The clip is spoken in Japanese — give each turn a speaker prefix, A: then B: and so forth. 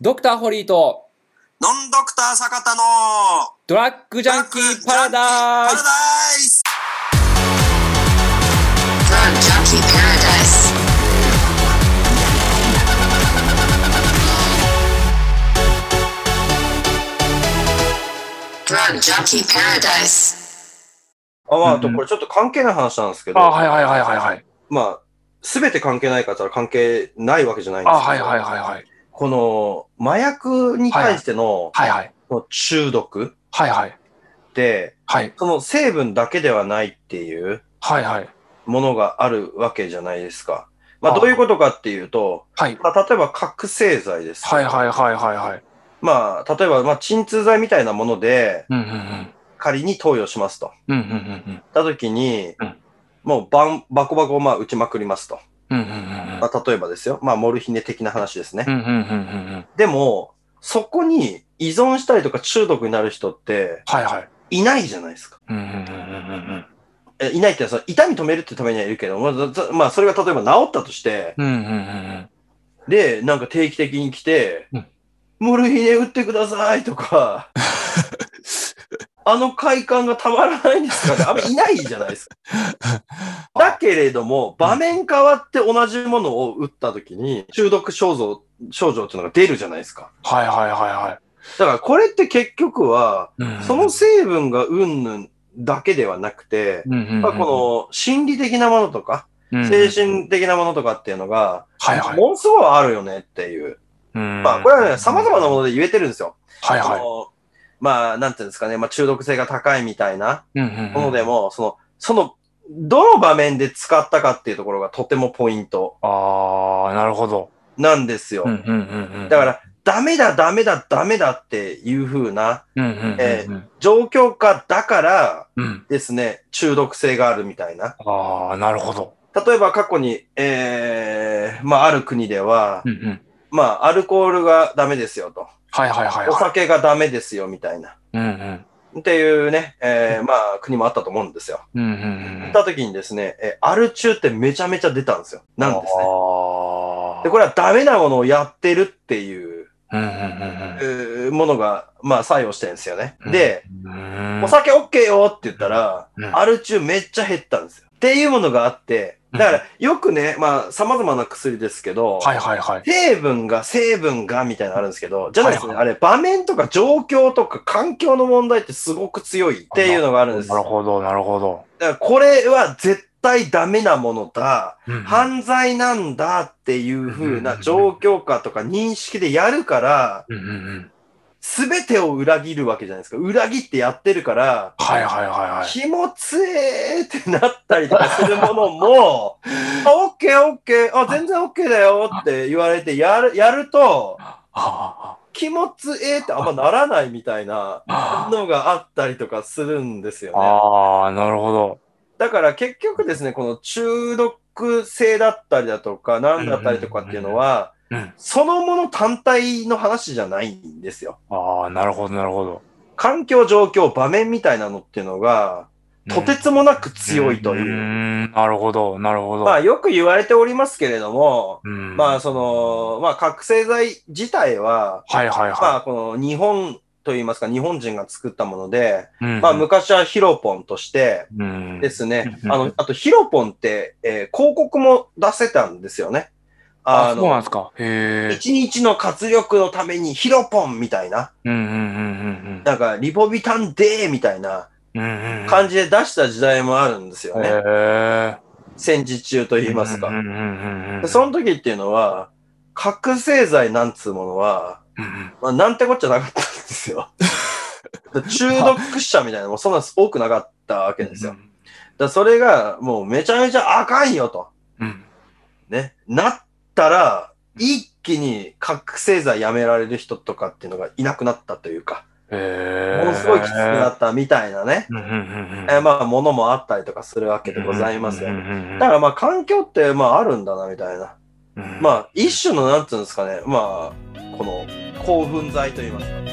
A: ドクターホリーと
B: ノンドクター坂田の
A: ドラッグジャンキーパラダイ
B: パラ
A: ス
B: ダイス
C: Drug Junkie Paradise.
D: あ、まあ、あ
A: う
D: と
A: んうん
D: これちょっと関係ない話なんですけど、
A: あ、はいはいはいはいはい。
D: まあ、すべて関係ないかって言ったら関係ないわけじゃないんで
A: あ、
D: すけど、
A: はいはいはいはい。
D: この麻薬に対しての
A: はいはい。
D: この中毒
A: はいはい。
D: って、
A: はい
D: その成分だけではないっていう
A: はいはい。
D: ものがあるわけじゃないですか。ま
A: あ
D: あ、
A: あ
D: どういうことかっていうと、
A: はい。
D: まあ、例えば覚醒剤です。
A: はいはいはいはいはい。
D: まあ、例えば、まあ、鎮痛剤みたいなもので、
A: うんうんうん。
D: 仮に投与しますと。
A: うんうんうん
D: った時に、
A: うん
D: もうバンバコバコまあ打ちまくりますと。
A: うん。うんうんうん
D: まあ、例えばですよ。まあ、モルヒネ的な話ですね。
A: うん。うんうんうんうんうん。
D: でも、そこに依存したりとか中毒になる人って
A: はいはい。
D: いないじゃないですか。
A: うんうんうんうんうん
D: えいないっていうのはその痛み止めるってためにはいるけど、まあざざ、まあ、それが例えば治ったとして、
A: うん。うんうんうん
D: で、なんか定期的に来て、
A: うん
D: モルヒネ打ってくださいと か、あの快感がたまらないんですかね。あんまいないじゃないです か。だけれども、場面変わって同じものを打った時に、中毒症状、症状っていうのが出るじゃないですか。
A: はいはいは
D: だからこれって結局は、
A: いはい。
D: その成分がうんぬんだけではなくて、まあ、
A: こ
D: この心理的なものとか、
A: の
D: 精神的なものとかっていうのが、
A: はいはい。
D: ものすごいあるよねっていう。ま
A: ま
D: あ、これはね、様々なもので言えてるんですよ。
A: はい
D: あ
A: は。
D: のまあ、なんていうんですかね、まあ、中毒性が高いみたいない
A: うんうんうん
D: もので。も、その、その、どの場面で使ったかっていうところがとてもポイント
A: ああ、なるほど。
D: なんですよ。
A: うんうんうんうん。
D: だから、ダメだ、ダメだ、ダメだっていう風な
A: うんうんうんうん。
D: え状況下だから
A: うん。
D: ですね、中毒性があるみたいな。
A: ああ、なるほど。
D: 例えば過去に、えー、まあ、ある国では、
A: うんうん。
D: まあ、アルコールがダメですよと。
A: はいはいはい
D: お
A: はい。
D: 酒がダメですよみたいな。
A: うんうん。
D: っていうね、えーまあ、国もあったと思うんですよ。
A: うんうんう
D: 行
A: ん
D: っ。た時にですね、えーアル中ってめちゃめちゃ出たんですよ。なんですね。
A: ああ。
D: で、これはダメなものをやってるっていう、
A: うんうん
D: えーものが、まあ、作用してるんですよね。
A: うんうん。
D: で、
A: うん、
D: お酒 OK よって言ったら、
A: うん
D: アル中めっちゃ減ったんですよ。っていうものがあって、だから、よくね、まあ、様々な薬ですけど、
A: はいはいはい。
D: 成分が、成分が、みたいなのあるんですけど、じゃないですね。
A: は
D: あれ、場面とか状況とか環境の問題ってすごく強いっていうのがあるんです
A: なる
D: よ。
A: ほど、なるほど。
D: だから、これは絶対ダメなものだ。
A: うん
D: 犯罪なんだっていう風な状況下とか認識でやるから、
A: うんうんうん。
D: すべてを裏切るわけじゃないですか。裏切ってやってるから、
A: はいはいはいはい。
D: 気もつえーってなったりとかするもの も、あ、オッケーオッケー、あ、全然オッケーだよって言われてやる、やると、
A: あ
D: 気もつえーってあんまならないみたいな
A: あ
D: のがあったりとかするんですよね。
A: ああ、なるほど。
D: だから結局ですね、この中毒性だったりだとか、なんだったりとかっていうのは、
A: うん。
D: そのもの単体の話じゃないんですよ。
A: ああ、なるほど、なるほど。
D: 環境、状況、場面みたいなのっていうのが、とてつもなく強いというう。
A: ん、なるほど、なるほど。
D: まあ、よく言われておりますけれども、
A: うん、
D: まあ、その、まあ、覚醒剤自体は、
A: はいはい
D: ま
A: は
D: あ、この日本といいますか、日本人が作ったもので、
A: い。うん
D: まあ、昔はヒロポンとして
A: うん、
D: ですね、
A: うん
D: あの、あとヒロポンって、えー広告も出せたんですよね。
A: あ
D: あ
A: そうなん
D: の、
A: ですか。へえ。
D: 一日の活力のためにヒロポンみたいな。
A: うんうんうん
D: なんか、リポビタンデーみたいな
A: うんうん。うん
D: 感じで出した時代もあるんですよ
A: へ
D: ね。
A: え。
D: 戦時中と言います
A: うん
D: か。
A: うんうんうん。
D: でその時っていうのは、覚醒剤なんつうものは、
A: うんうん
D: まあ、なんてこっちゃなかったんです よ。中毒者みたいなのもそんな多くなかったわけですよ。だからそれがもうめちゃめちゃあかんよと。
A: うん。
D: ね。なったら、一気に覚醒剤やめられる人とかっていうのがいなくなったというか、
A: へえ。
D: ものすごいきつくなったみたいなね。
A: うんうんうんうん。
D: えーまあ、ものもあったりとかするわけでございますよ。だからまあ、環境って、まあ、あるんだな、みたいな。
A: ら
D: まあ、一種の、なんていうんですかね、まあ、この、興奮剤と言いますか。